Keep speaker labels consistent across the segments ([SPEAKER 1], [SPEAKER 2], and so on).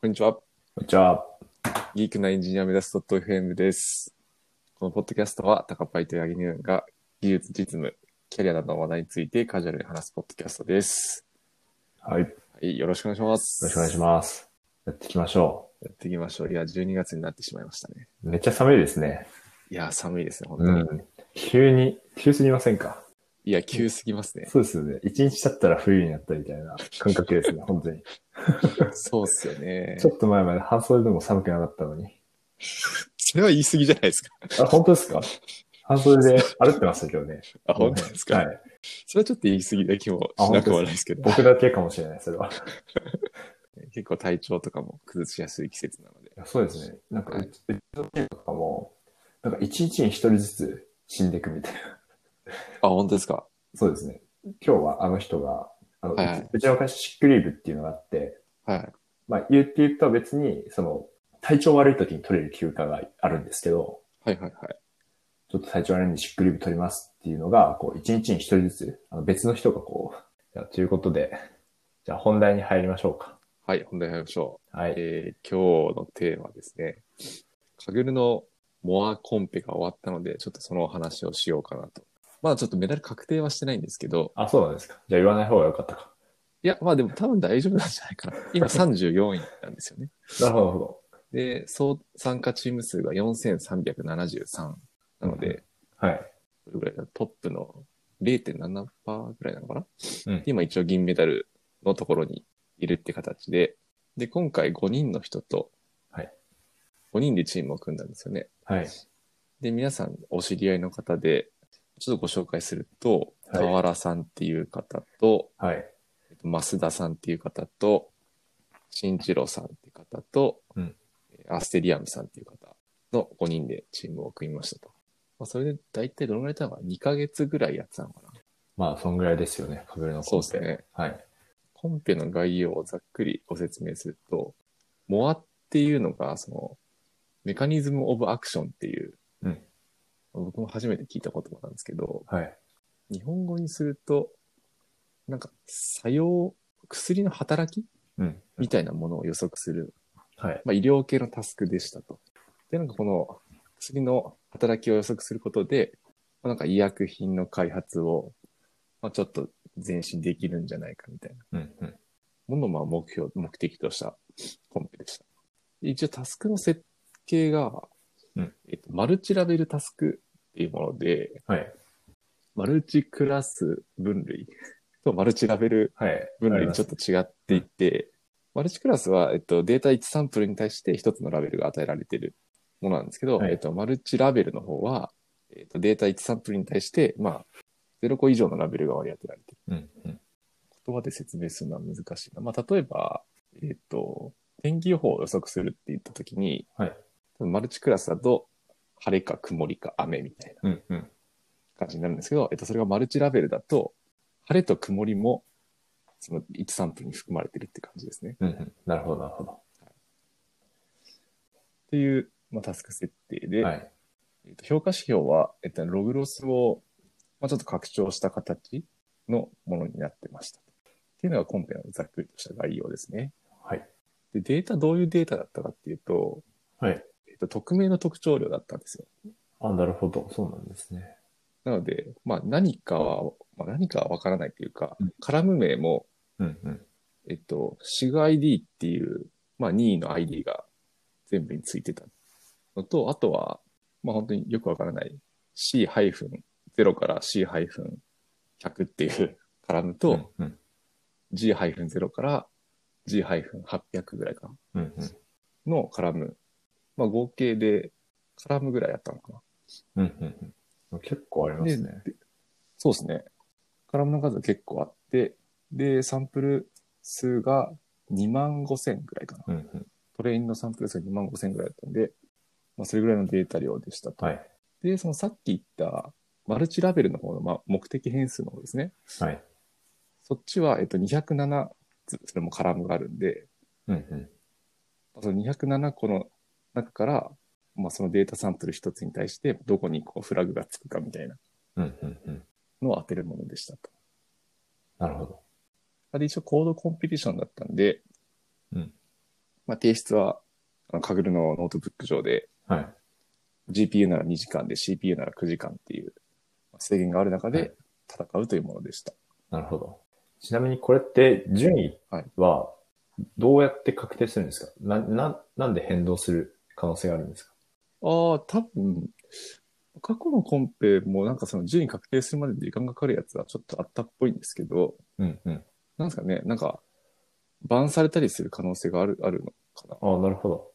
[SPEAKER 1] こんにちは。
[SPEAKER 2] こんにちは。
[SPEAKER 1] ギークなエンジニアを目指す .fm です。このポッドキャストは、タカパイとヤギニューンが技術、実務、キャリアなどの話題についてカジュアルに話すポッドキャストです。
[SPEAKER 2] はい。よ
[SPEAKER 1] はい、よろしくお願いします。
[SPEAKER 2] ろしくお願いし
[SPEAKER 1] ま
[SPEAKER 2] ます。やっていきましょ
[SPEAKER 1] す。やっていきましょう。いや、12月になってしまいましたね。
[SPEAKER 2] う。めっちゃ寒いですね。
[SPEAKER 1] いや、寒いですね、本当
[SPEAKER 2] う
[SPEAKER 1] に。
[SPEAKER 2] ん。急に、急すぎませんか
[SPEAKER 1] いや、急すぎますね。
[SPEAKER 2] そうですよね。一日経ったら冬になったみたいな感覚ですね、本当に。
[SPEAKER 1] そうっすよね
[SPEAKER 2] ち。ょっと前まで半袖でも寒くなかったのに。
[SPEAKER 1] それは言い過ぎじゃないですか。
[SPEAKER 2] あ、本当ですか半袖で歩ってましたけどね。
[SPEAKER 1] あ、本当ですか、
[SPEAKER 2] はい。
[SPEAKER 1] それはちょっと言い過ぎな気もしなくはないですけど、
[SPEAKER 2] 僕だけかもしれない、それは。
[SPEAKER 1] 結構体調とかも崩しやすい季節なので。
[SPEAKER 2] いやそうですね。なんか、
[SPEAKER 1] は
[SPEAKER 2] う
[SPEAKER 1] い
[SPEAKER 2] ちうちのチームとかも、なんか一日に一人ずつ死んでいくみたいな。
[SPEAKER 1] あ、本当ですか
[SPEAKER 2] そうですね。今日はあの人が、あの
[SPEAKER 1] はいはいう
[SPEAKER 2] ちの会社、シックリーブっていうのがあって、
[SPEAKER 1] はい。
[SPEAKER 2] まあ、有給とは別に、その、体調悪い時に取れる休暇があるんですけど、
[SPEAKER 1] はいはいはい。
[SPEAKER 2] ちょっと体調悪いんでシックリーブ取りますっていうのが、こう、一日に一人ずつ、あの別の人がこう、じゃあということで、じゃあ本題に入りましょうか。
[SPEAKER 1] はい、本題入りましょう。
[SPEAKER 2] はい。
[SPEAKER 1] えー今日のテーマですね。カグルのモアコンペが終わったので、ちょっとそのお話をしようかなと。まだちょっとメダル確定はしてないんですけど、
[SPEAKER 2] あ、そうなんですか。じゃあ言わない方が良かったか。
[SPEAKER 1] いや、まあでも多分大丈夫なんじゃないかな。今34位なんですよね。
[SPEAKER 2] なるほど、なるほど。
[SPEAKER 1] で、総参加チーム数が4373なので、
[SPEAKER 2] はい。
[SPEAKER 1] どれぐらいだトップの0.7%ぐらいなのかな、
[SPEAKER 2] うん
[SPEAKER 1] 今一応銀メダルのところにいるって形で、で、今回5人の人と、
[SPEAKER 2] はい
[SPEAKER 1] 5人でチームを組んだんですよね。
[SPEAKER 2] はい。
[SPEAKER 1] で、皆さんお知り合いの方で、ちょっとご紹介すると、
[SPEAKER 2] はい
[SPEAKER 1] 河原さんっていう方と、
[SPEAKER 2] はい。
[SPEAKER 1] えっと増田さんっていう方と、新一郎さんっていう方と、
[SPEAKER 2] うん
[SPEAKER 1] えーアステリアムさんっていう方の5人でチームを組みましたと。まあ、それで大体どのぐらいやったのかな ?2 ヶ月ぐらいやってたのかな
[SPEAKER 2] まあ、そんぐらいですよね。かぶれのコンペ
[SPEAKER 1] そうですね。
[SPEAKER 2] はい。
[SPEAKER 1] コンペの概要をざっくりご説明すると、モアっていうのが、その、メカニズム・オブ・アクションっていう、
[SPEAKER 2] うん
[SPEAKER 1] 僕も初めて聞いた言葉なんですけど、
[SPEAKER 2] はい。
[SPEAKER 1] 日本語にすると、なんか、作用、薬の働き
[SPEAKER 2] うん。
[SPEAKER 1] みたいなものを予測する、
[SPEAKER 2] はい。
[SPEAKER 1] まあ、医療系のタスクでしたと。で、なんかこの薬の働きを予測することで、まあなんか医薬品の開発を、まあ、ちょっと前進できるんじゃないかみたいな
[SPEAKER 2] うん。うん。
[SPEAKER 1] ものをまあ目標、目的としたコンペでした。で一応タスクの設計が、
[SPEAKER 2] うん
[SPEAKER 1] えっと、マルチラベルタスクっていうもので、
[SPEAKER 2] はい。
[SPEAKER 1] マルチクラス分類 とマルチラベル
[SPEAKER 2] はい。
[SPEAKER 1] 分類にちょ
[SPEAKER 2] っ
[SPEAKER 1] っと違っていて、マルチクラスは、えっと、データ1サンプルに対して1つのラベルが与えられているものなんですけど、
[SPEAKER 2] はい
[SPEAKER 1] えっと、マルチラベルの方は、えっと、データ1サンプルに対して、まあ、0個以上のラベルが割り当てられている。
[SPEAKER 2] と。うん。うん。
[SPEAKER 1] 言葉で説明するのは難しいな。まあ、例えば、えっと、天気予報を予測するって言ったときに、
[SPEAKER 2] はい
[SPEAKER 1] マルチクラスだと、晴れか曇りか雨みたいな。
[SPEAKER 2] うんうん。
[SPEAKER 1] 感じになるんですけど、えっと、それがマルチラベルだと、晴れと曇りも、その1サンプルに含まれてるって感じですね。
[SPEAKER 2] うんうん。なるほど、なるほど。
[SPEAKER 1] っていう、まあ、タスク設定で、
[SPEAKER 2] はい。
[SPEAKER 1] えっと、評価指標は、えっと、ログロスを、まあ、ちょっと拡張した形のものになってました。っていうのがコンペのざっくりとした概要ですね。
[SPEAKER 2] はい。
[SPEAKER 1] で、データ、どういうデータだったかっていうと、
[SPEAKER 2] はい。
[SPEAKER 1] えっと、匿名の特徴量だったんですよ。
[SPEAKER 2] あ、なるほど。そうなんですね。
[SPEAKER 1] なので、まあ、何かは、まあ、何かはわからないというか、
[SPEAKER 2] うん
[SPEAKER 1] カラム名も、
[SPEAKER 2] うんうん。
[SPEAKER 1] えっと、シグ ID っていう、まあ、任意の ID が全部についてたのと、あとは、まあ、本当によくわからない C-0 から C-100 っていうカラムと、
[SPEAKER 2] うんうん。
[SPEAKER 1] G-0 から G-800 ぐらいか
[SPEAKER 2] うん
[SPEAKER 1] なのカラム。まあ、合計でカラムぐらいあったのかな。
[SPEAKER 2] うん。うんうんうん。結構ありますね。
[SPEAKER 1] そうですね。カラムの数が結構あって、で、サンプル数が2万5000ぐらいかな。
[SPEAKER 2] うんうん。
[SPEAKER 1] トレインのサンプル数が2万5千ぐらいだったんで、まあ、それぐらいのデータ量でしたと。
[SPEAKER 2] はい。
[SPEAKER 1] で、そのさっき言ったマルチラベルの方の、まあ、目的変数の方ですね。
[SPEAKER 2] はい。
[SPEAKER 1] そっちは、えっと、207つ、それもカラムがあるんで、
[SPEAKER 2] うんうん。
[SPEAKER 1] まあその207個の中から、まあ、そのデータサンプル一つに対して、どこにこうフラグがつくかみたいな
[SPEAKER 2] うんうんうん。
[SPEAKER 1] のを当てるものでしたと。
[SPEAKER 2] なるほど。
[SPEAKER 1] あれ一応コードコンピティションだったんで、
[SPEAKER 2] うん
[SPEAKER 1] まあ、提出は、あの、カグルのノートブック上で、
[SPEAKER 2] はい。
[SPEAKER 1] GPU なら2時間で CPU なら9時間っていうまあ制限がある中
[SPEAKER 2] はい
[SPEAKER 1] で戦うというものでした。
[SPEAKER 2] なるほど。ちなみにこれって順位はどうやって確定するんですか、な、な、なんで変動する可能性があるんですか
[SPEAKER 1] ああ、多分、過去のコンペもなんかその順位確定するまで時間がかかるやつはちょっとあったっぽいんですけど、
[SPEAKER 2] うんうん。
[SPEAKER 1] なんですかね、なんか、バンされたりする可能性がある、あるのかな。
[SPEAKER 2] ああ、なるほど。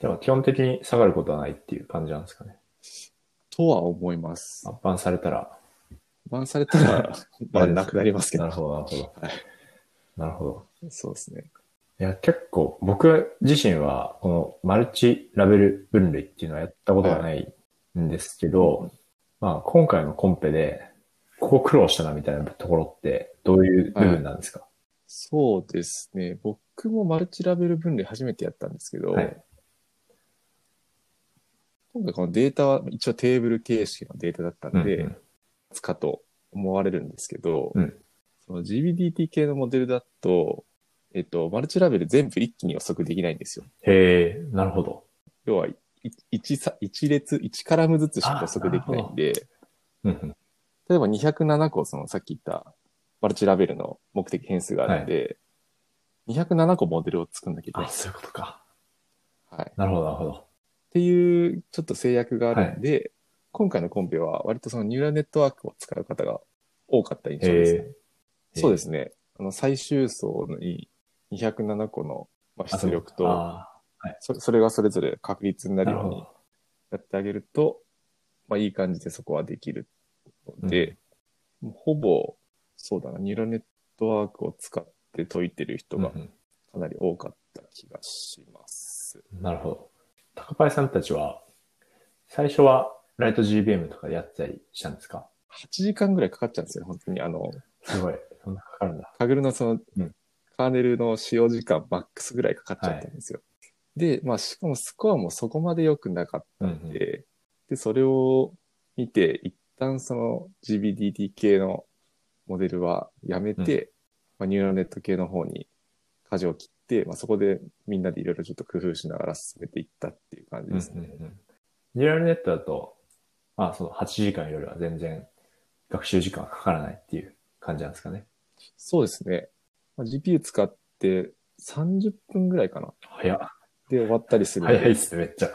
[SPEAKER 2] でも基本的に下がることはないっていう感じなんですかね。
[SPEAKER 1] とは思います。
[SPEAKER 2] バンされたら。
[SPEAKER 1] バンされた ら、まあ、なくなりますけ
[SPEAKER 2] な
[SPEAKER 1] ど。
[SPEAKER 2] るほど、なるほど。
[SPEAKER 1] はい
[SPEAKER 2] なるほど。
[SPEAKER 1] そうですね。
[SPEAKER 2] いや、結構僕自身はこのマルチラベル分類っていうのはやったことがないんですけど、まあ今回のコンペで、ここ苦労したなみたいなところってどういう部分なんですか、
[SPEAKER 1] そうですね。僕もマルチラベル分類初めてやったんですけど、
[SPEAKER 2] はい
[SPEAKER 1] 今回このデータは一応テーブル形式のデータだったんで、
[SPEAKER 2] うんうん
[SPEAKER 1] つかと思われるんですけど、
[SPEAKER 2] うん
[SPEAKER 1] その GBDT 系のモデルだと、えっと、マルチラベル全部一気に予測できないんですよ。
[SPEAKER 2] へえ、なるほど。
[SPEAKER 1] 要は、い一さ一列、1カラムずつしか予測できないんで、
[SPEAKER 2] うんうん
[SPEAKER 1] 例えば207個、そのさっき言ったマルチラベルの目的変数があるんで、207個モデルを作んなきゃいけない
[SPEAKER 2] あ、。そういうことか。
[SPEAKER 1] はい。
[SPEAKER 2] なるほど、なるほど。
[SPEAKER 1] っていうちょっと制約があるんで、今回のコンペは割とそのニューラルネットワークを使う方が多かった印象です、ね
[SPEAKER 2] へえ。
[SPEAKER 1] そうですね。あの最終層に207個のまあ
[SPEAKER 2] あ。
[SPEAKER 1] 出力
[SPEAKER 2] そう
[SPEAKER 1] と
[SPEAKER 2] あ
[SPEAKER 1] そ、それがそれぞれ確率に
[SPEAKER 2] ー
[SPEAKER 1] な
[SPEAKER 2] な
[SPEAKER 1] る
[SPEAKER 2] る
[SPEAKER 1] よう
[SPEAKER 2] ほ
[SPEAKER 1] に
[SPEAKER 2] ど。
[SPEAKER 1] やってあげると、まあいい感じでそこはできるので、もうほぼ、そうだな、ニューラルネットワークを使って解いてる人
[SPEAKER 2] うん
[SPEAKER 1] が
[SPEAKER 2] うん
[SPEAKER 1] かなり多かった気がします。
[SPEAKER 2] なるほど。高パイさんたちは、最初はライト GBM とかでやってたりしたんですか
[SPEAKER 1] 8時間ぐらいかかっちゃうんですよ、本当に。あの、
[SPEAKER 2] すごい。そんなかかるんだ。
[SPEAKER 1] カグルのその、
[SPEAKER 2] うん
[SPEAKER 1] カーネルの使用時間マックスぐらいかかっちゃったんですよ。で、まあしかもスコアもそこまで良くなかっ
[SPEAKER 2] うんう
[SPEAKER 1] たん
[SPEAKER 2] ん。
[SPEAKER 1] で、で、それを見て、一旦その GBDT 系のモデルはやめて、まあ、ニューラルネット系の方に舵を切って、まあそこでみんなでいろいろちょっと工夫しながら進めていったっていう感じ
[SPEAKER 2] う
[SPEAKER 1] で
[SPEAKER 2] んうん
[SPEAKER 1] すね。
[SPEAKER 2] うんニューラルネットだと、まあその8時間よりは全然学習時間はかからないっていう感じなんですかね。
[SPEAKER 1] そうですね。まあ、GPU 使って30分ぐらいかな。
[SPEAKER 2] 早っ。
[SPEAKER 1] で終わったりするんで。
[SPEAKER 2] 早いですね、めっちゃ。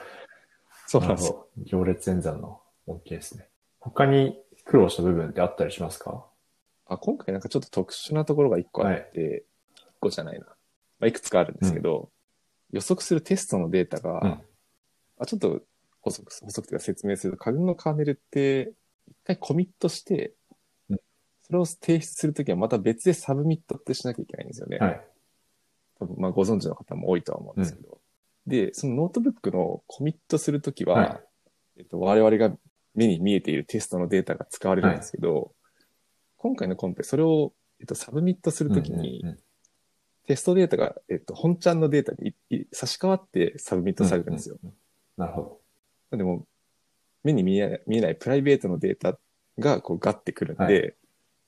[SPEAKER 1] そうなん
[SPEAKER 2] なる
[SPEAKER 1] ですよ
[SPEAKER 2] ほど。行列演算の恩恵ですね。他に苦労した部分ってあったりしますか
[SPEAKER 1] あ、今回なんかちょっと特殊なところが1個あって、1個じゃないな。まあ、いくつかあるんですけど、予測するテストのデータが、
[SPEAKER 2] うん
[SPEAKER 1] あちょっと補足、補足というか説明すると、カグのカーネルって、一回コミットして、
[SPEAKER 2] う
[SPEAKER 1] それを提出するときはまた別でサブミットってしなきゃいけないんですよね。
[SPEAKER 2] はい。
[SPEAKER 1] 多分まあご存知の方も多いとは思うんですけど。で、そのノートブックのコミットするときは、
[SPEAKER 2] はい
[SPEAKER 1] えっと、我々が目に見えているテストのデータが使われるんですけど、今回のコンペ、それを、えっと、サブミットするときに、
[SPEAKER 2] うんうんうん
[SPEAKER 1] テストデータが、えっと、本ちゃんのデータにいい差し替わってサブミットされるんですよ。
[SPEAKER 2] なるほ
[SPEAKER 1] なんでもう、目に見えない見えないプライベートのデータがこうガッてくるんで、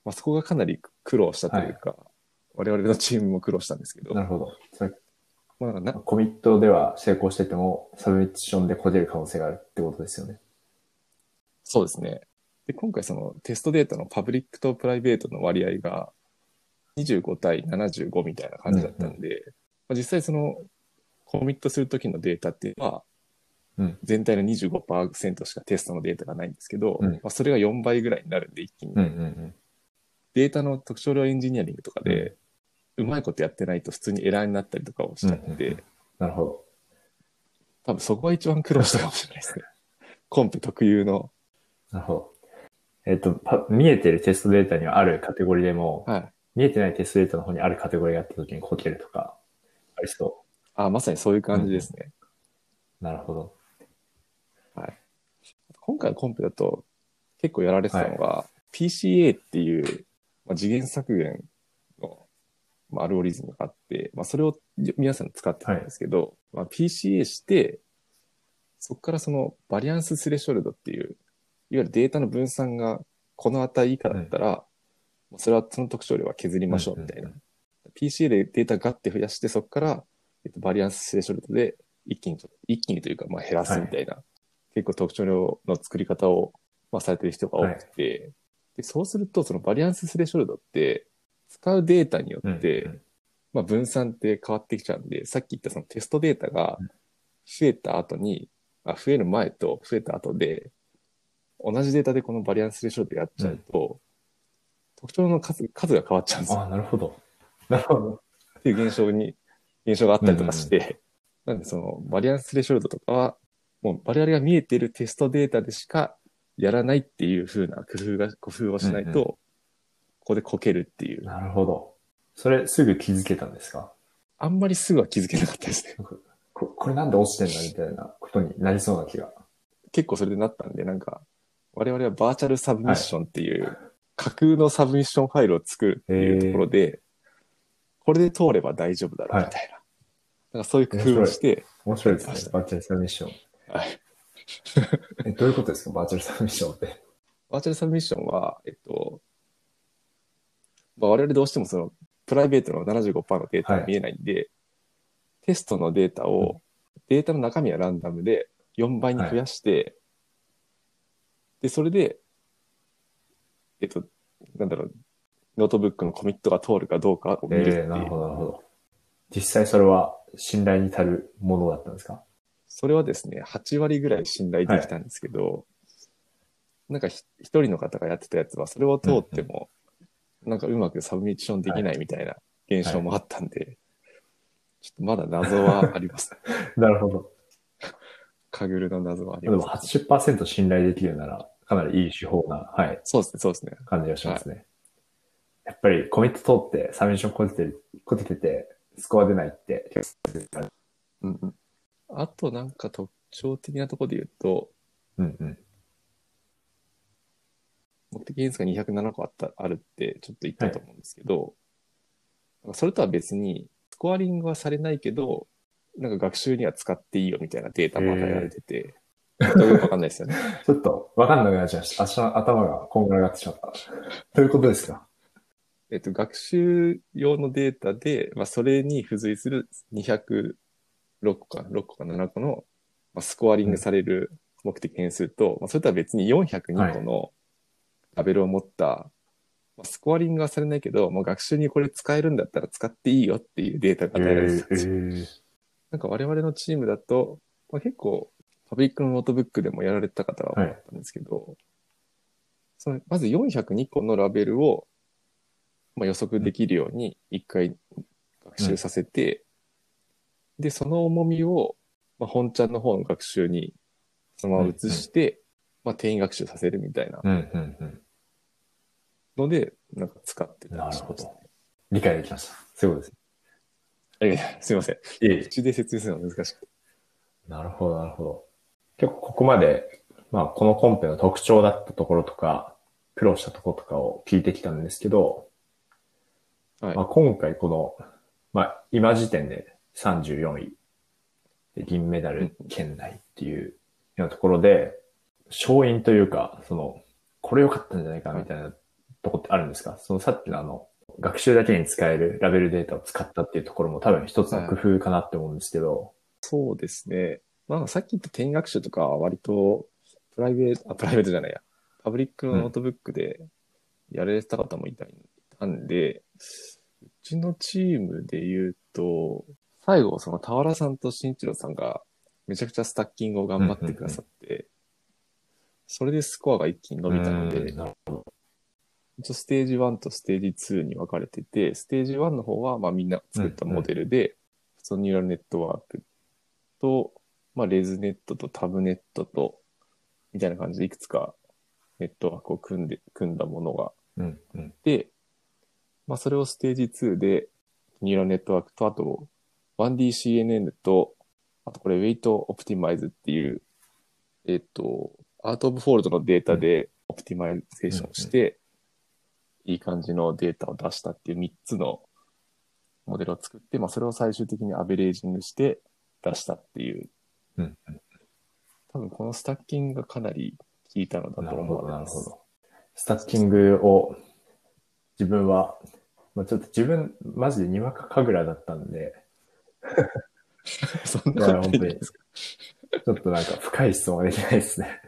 [SPEAKER 2] は
[SPEAKER 1] まあ、そこがかなり苦労したというか、我々のチームも苦労したんですけど、
[SPEAKER 2] ど。なるほど。それ
[SPEAKER 1] まあ、なんかな
[SPEAKER 2] コミットでは成功してても、サブミッションでこじれる可能性があるってことですよね。
[SPEAKER 1] そうですね。で、今回そのテストデータのパブリックとプライベートの割合が25対75みたいな感じだったんで、まあ、実際そのコミットするときのデータっていうのは、
[SPEAKER 2] うん
[SPEAKER 1] 全体の25%しかテストのデータがないんですけど、
[SPEAKER 2] うん
[SPEAKER 1] まあ、それが4倍ぐらいになるんで、一気に。
[SPEAKER 2] うんうんうん。
[SPEAKER 1] データの特徴量エンジニアリングとかで、うまいことやってないと普通にエラーになったりとかをしちゃって、
[SPEAKER 2] うんうんなるほど。
[SPEAKER 1] 多分そこが一番苦労したかもしれないですね。コンペ特有の。
[SPEAKER 2] なるほど。えっ、とパ、見えてるテストデータにはあるカテゴリーでも、
[SPEAKER 1] はい。
[SPEAKER 2] 見えてないテストデータの方にあるカテゴリーがあった時にこけるとか、ありそ
[SPEAKER 1] あ、まさにそういう感じですね。
[SPEAKER 2] う。なるほど。
[SPEAKER 1] 今回のコンペだと結構やられてたのが、PCA っていう、まあ、次元削減の、まあ、アルゴリズムがあって、まあ、それを皆さん使ってたんですけど、まあ、PCA して、そこからそのバリアンススレショルドっていう、いわゆるデータの分散がこの値以下だったら、もうそれはその特徴量は削りましょうみたいな。
[SPEAKER 2] うん
[SPEAKER 1] PCA でデータガッて増やして、そこからえっと、バリアンス性処理で一気にと、一気にというか、まあ、減らすみたいな、結構特徴量の作り方を、まあ、されてる人が多くて、でそうすると、そのバリアンススレショルドって、使うデータによって、
[SPEAKER 2] うん
[SPEAKER 1] まあ、分散って変わってきちゃうんで、さっき言ったそのテストデータが
[SPEAKER 2] うん
[SPEAKER 1] 増えた後に、あ増える前と増えた後で、同じデータでこのバリアンスレショルドやっちゃうと、特徴の数数が変わっちゃうんですよ
[SPEAKER 2] ああ、なるほど。なるほど。
[SPEAKER 1] っていう現象に、現象があったりとかして、なんでそのバリアンスレショルドとかは、もう我々が見えているテストデータでしかやらないっていう風な工夫が、工夫をしないと、
[SPEAKER 2] うんうん
[SPEAKER 1] ここでこけるっていう。
[SPEAKER 2] なるほど。それすぐ気づけたんですか
[SPEAKER 1] あんまりすぐは気づけなかったですね。
[SPEAKER 2] ここれなんで落ちてんだみたいなことになりそうな気が。
[SPEAKER 1] 結構それでなったんで、なんか、我々はバーチャルサブミッションっていう、架空のサブミッションファイルを作るっていうところで、これで通れば大丈夫だろうみたいな。なんかそういう工夫をして、
[SPEAKER 2] 面白いですね。バーチャルサブミッション。
[SPEAKER 1] はい
[SPEAKER 2] え、どういうことですかバーチャルサブミッション って。
[SPEAKER 1] バーチャルサブミッションは、えっと、まあ、我々どうしてもそのプライベートの75%のデータ
[SPEAKER 2] は
[SPEAKER 1] が
[SPEAKER 2] い
[SPEAKER 1] 見えないんで、テストのデータを、データの中身はランダムで4倍に増やして、で、それで、えっと、なんだろう、ノートブックのコミットが通るかどうかを見るってい
[SPEAKER 2] え
[SPEAKER 1] う
[SPEAKER 2] え、なるほど、なるほど。実際それは信頼に足るものだったんですか
[SPEAKER 1] それはですね、8割ぐらい信頼できたんですけど、なんかひ一人の方がやってたやつは、それを通っても、なんかうまくサブミッションできないみたいな現象もあったんで、ちょっとまだ謎はあり ます。
[SPEAKER 2] なるほど。
[SPEAKER 1] カグルの謎はあり
[SPEAKER 2] でも
[SPEAKER 1] ます。
[SPEAKER 2] 80%信頼できるなら、かなりいい手法な、はい、
[SPEAKER 1] そうですね、そうですね。
[SPEAKER 2] 感じがしますね。やっぱりコミット通って、サミッションこててる、こててて、スコア出ないって、
[SPEAKER 1] うんうん、あとなんか特徴的なところで言うと、
[SPEAKER 2] うんうん。
[SPEAKER 1] 目的変数が207個あった、あるってちょっと言ったと思うんですけど、なんかそれとは別に、スコアリングはされないけど、なんか学習には使っていいよみたいなデータも与えられてて、ちょっとよくわかんないですよね。
[SPEAKER 2] ちょっと、わかんなくなっちゃいました。明日の頭がこんがらがってしまった。ということですか
[SPEAKER 1] えっと、学習用のデータで、まあ、それに付随する206個か、6個か7個の、まあ、スコアリングされる目的変数と、まあ、それとは別に402個のラベルを持った、まあ、スコアリングはされないけど、まあ、学習にこれ使えるんだったら使っていいよっていうデータが与えられてたんですよなんか我々のチームだと、まあ、結構パブリックのノートブックでもやられてた方が多かったんですけど、そのまず402個のラベルを、まあ、予測できるように一回学習させて、で、その重みを、まあ、本ちゃんの方の学習にそのまま移して、まあ、転移学習させるみたいな
[SPEAKER 2] うんうんうん。
[SPEAKER 1] ので、なんか使ってた
[SPEAKER 2] な
[SPEAKER 1] り
[SPEAKER 2] る
[SPEAKER 1] し
[SPEAKER 2] ほ
[SPEAKER 1] ました
[SPEAKER 2] ど。理解できました。そういうこと
[SPEAKER 1] いやいやすいません。
[SPEAKER 2] です。
[SPEAKER 1] 口で説明するのは難しくて。
[SPEAKER 2] なるほど、なるほど。結構ここまで、まあ、このコンペの特徴だったところとか、苦労したところとかを聞いてきたんですけど、
[SPEAKER 1] はい
[SPEAKER 2] まあ、今回この、まあ、今時点で34位で銀メダル圏内っていうようなところで、勝因というか、その、これ良かったんじゃないかみたいなとこってあるんですかそのさっきのあの、学習だけに使えるラベルデータを使ったっていうところも多分一つの工夫かなって思うんですけど、
[SPEAKER 1] そうですね。まあ、さっき言った転移学習とかは割と、プライベート、あ、プライベートじゃないや。パブリックのノートブックでやられてた方もいたいたんで、うちのチームで言うと、最後、その田原さんと新一郎さんがめちゃくちゃスタッキングを頑張ってくださって、それでスコアが一気に伸びたので、
[SPEAKER 2] うんなるほど
[SPEAKER 1] 一応ステージ1とステージ2に分かれてて、ステージ1の方は、まあみんな作ったモデルで、普通のニューラルネットワークと、まあレズネットとタブネットと、みたいな感じでいくつかネットワークを組んで、組んだものがあ
[SPEAKER 2] うん、うん。
[SPEAKER 1] って、まあそれをステージ2でニューラルネットワークと、あと 1DCNN と、あとこれ Weight Optimize っていう、えっ、と、アートオブフォールドのデータでオプティマイゼーションして、いい感じのデータを出したっていう3つのモデルを作って、まあそれを最終的にアベレージングして出したっていう。
[SPEAKER 2] うん
[SPEAKER 1] 多分このスタッキングがかなり効いたのだと
[SPEAKER 2] なる
[SPEAKER 1] 思
[SPEAKER 2] ほ
[SPEAKER 1] う
[SPEAKER 2] ど、なるほど。スタッキングを自 分は、まあ、ちょっと自分、マジでにわか神楽だったんで、
[SPEAKER 1] そんなこと
[SPEAKER 2] いや本
[SPEAKER 1] でき
[SPEAKER 2] 当に
[SPEAKER 1] ないですか
[SPEAKER 2] ちょっとなんか深い質問ができないですね。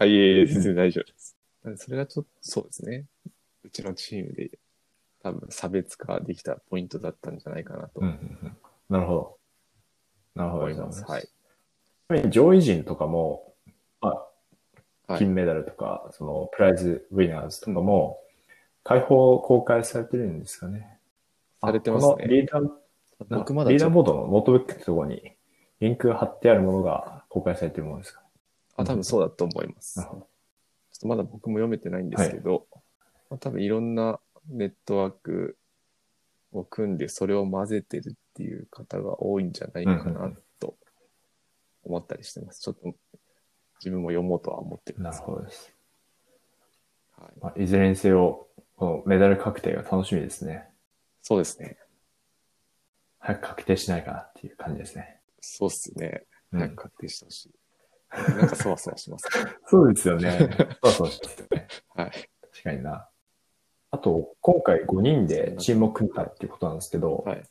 [SPEAKER 1] あ、いえいえ、全然大丈夫です。なんでそれがちょっと、そうですね。うちのチームで多分差別化できたポイントだったんじゃないかなと
[SPEAKER 2] うんうんうんなるほど。なるほど。
[SPEAKER 1] 思います。はい。
[SPEAKER 2] ちなみに上位陣とかも、まあ、
[SPEAKER 1] はい
[SPEAKER 2] 金メダルとか、そのプライズウィナーズとかも、解放公開されてるんですかね。
[SPEAKER 1] されてますね
[SPEAKER 2] あこのリーダー、なんか
[SPEAKER 1] 僕まだ
[SPEAKER 2] リー
[SPEAKER 1] ち
[SPEAKER 2] ダ
[SPEAKER 1] ょっ
[SPEAKER 2] ー
[SPEAKER 1] と
[SPEAKER 2] ボードのノートブックってところに、リンクが貼ってあるものが公開されてるものですかね。
[SPEAKER 1] あ、多分そうだと思います。
[SPEAKER 2] な
[SPEAKER 1] ち
[SPEAKER 2] る
[SPEAKER 1] ょ
[SPEAKER 2] ほど。
[SPEAKER 1] っとまだ僕も読めてないんですけど、まあ、多分いろんなネットワークを組んで、それを混ぜてるっていう方が多いんじゃないか
[SPEAKER 2] うんうんう
[SPEAKER 1] なと思ったりしてます。ちょっと自分も読もうとは思ってるん
[SPEAKER 2] な
[SPEAKER 1] で
[SPEAKER 2] る
[SPEAKER 1] す
[SPEAKER 2] ほどです。
[SPEAKER 1] ど、はい。
[SPEAKER 2] まあ、いずれにせよ、このメダル確定が楽しみですね。
[SPEAKER 1] そうですね。
[SPEAKER 2] 早く確定しないかなっていう感じですね。
[SPEAKER 1] そうっすね。
[SPEAKER 2] うん
[SPEAKER 1] 早く確定してほしい。なんかそわそわし ます、ね。
[SPEAKER 2] そうです よね。そうそうですよね。
[SPEAKER 1] はい。
[SPEAKER 2] 確かにな。あと、今回5人でチームを組んだっていうことなんですけど、
[SPEAKER 1] はい。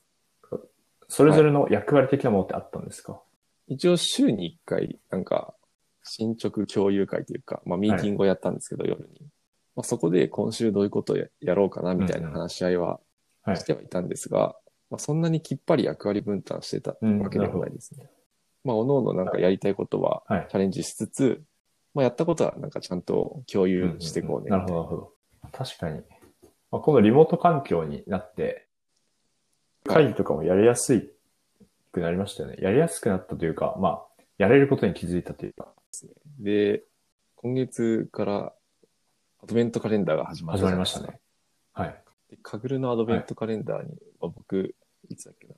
[SPEAKER 2] それぞれの役割的なものってあったんですか、
[SPEAKER 1] 一応週に1回、なんか、進捗共有会というか、まあ、ミーティングをやったんですけど、夜に。まあ、そこで今週どういうことをややろうかな、みたいな話し合いは
[SPEAKER 2] はい
[SPEAKER 1] してはいたんですが、まあ、そんなにきっぱり役割分担してた
[SPEAKER 2] うん
[SPEAKER 1] わけではないですね。まあ、おのおのなんかやりたいことは
[SPEAKER 2] はい
[SPEAKER 1] チャレンジしつつ、まあ、やったことはなんかちゃんと共有していこうねみたい
[SPEAKER 2] なるほど、なるほど。確かに。まあ、このリモート環境になって、
[SPEAKER 1] はい
[SPEAKER 2] 会議とかもやりやすいくなりましたよね。やりやすくなったというか、まあ、やれることに気づいたというか、
[SPEAKER 1] で、今月からアドベントカレンダーが始まった
[SPEAKER 2] 始
[SPEAKER 1] じゃない
[SPEAKER 2] まり
[SPEAKER 1] で
[SPEAKER 2] ますし
[SPEAKER 1] か
[SPEAKER 2] たね。。はい。
[SPEAKER 1] で、カグルのアドベントカレンダーに、まあ僕、いつだっけな、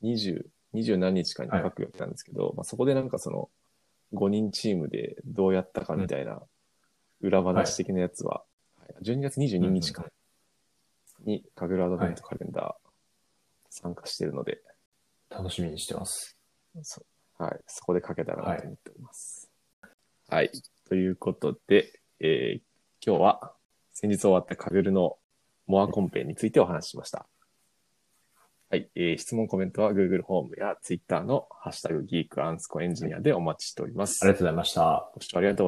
[SPEAKER 1] 20、20何日かに書く予定なんですけど、まあ、そこでなんかその、5人チームでどうやったかみたいな、裏話的なやつは、はい12月22日かに、カグルアドベントカレンダー参加してるので、
[SPEAKER 2] 楽しみにしてます。
[SPEAKER 1] そはい、そこで書けたらなと思っております。はい、ということで、えー今日は先日終わったカグルのモアコンペについてお話ししました。はい、えー質問、コメントは Google ホームや Twitter のハッシュタグギークアンスコエンジニアでお待ちしております。
[SPEAKER 2] ありがとうございました。
[SPEAKER 1] ご視聴ありがとうございました。